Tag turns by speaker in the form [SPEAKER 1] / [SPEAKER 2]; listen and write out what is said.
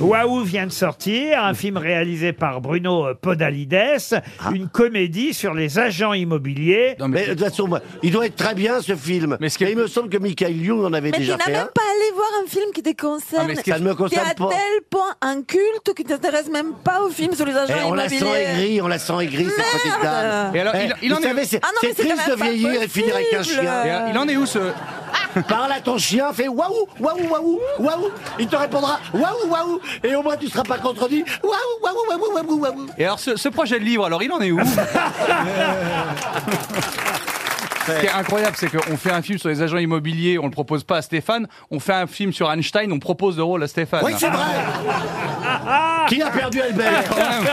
[SPEAKER 1] Waouh vient de sortir, un film réalisé par Bruno Podalides, une comédie sur les agents immobiliers.
[SPEAKER 2] Mais de toute façon, moi, il doit être très bien ce film. Mais, il me semble que Michael Youn en avait
[SPEAKER 3] Mais tu
[SPEAKER 2] déjà
[SPEAKER 3] n'as
[SPEAKER 2] fait
[SPEAKER 3] même
[SPEAKER 2] un.
[SPEAKER 3] pas allé voir un film qui te concerne.
[SPEAKER 2] Ah, mais ce qui- Ça ne me concerne
[SPEAKER 3] T'es à
[SPEAKER 2] pas.
[SPEAKER 3] tel point un culte qui t'intéresse même pas au film sur les agents
[SPEAKER 2] Eh, on la sent
[SPEAKER 3] immobiliers.
[SPEAKER 2] aigrie, on la sent aigrie, cette petite dame.
[SPEAKER 4] Et alors,
[SPEAKER 2] Eh,
[SPEAKER 4] il- il
[SPEAKER 2] vous
[SPEAKER 4] en est-
[SPEAKER 2] savez, c'est
[SPEAKER 3] Ah non, mais
[SPEAKER 2] c'est
[SPEAKER 3] c'est quand
[SPEAKER 2] triste de
[SPEAKER 3] même pas
[SPEAKER 2] vieillir et de finir avec un
[SPEAKER 3] possible.
[SPEAKER 2] chien.
[SPEAKER 4] Et, euh, Il en est où ce.
[SPEAKER 2] Parle à ton chien, fais waouh, waouh, waouh, waouh. Il te répondra waouh, waouh. Et au moins, tu ne seras pas contredit. Waouh, waouh, waouh, waouh, waouh.
[SPEAKER 4] Et alors ce, ce projet de livre, alors il en est où Ce qui est incroyable, c'est qu'on fait un film sur les agents immobiliers, on le propose pas à Stéphane. On fait un film sur Einstein, on propose le rôle à Stéphane.
[SPEAKER 2] Oui, c'est vrai. Qui a perdu Albert
[SPEAKER 4] Quand même.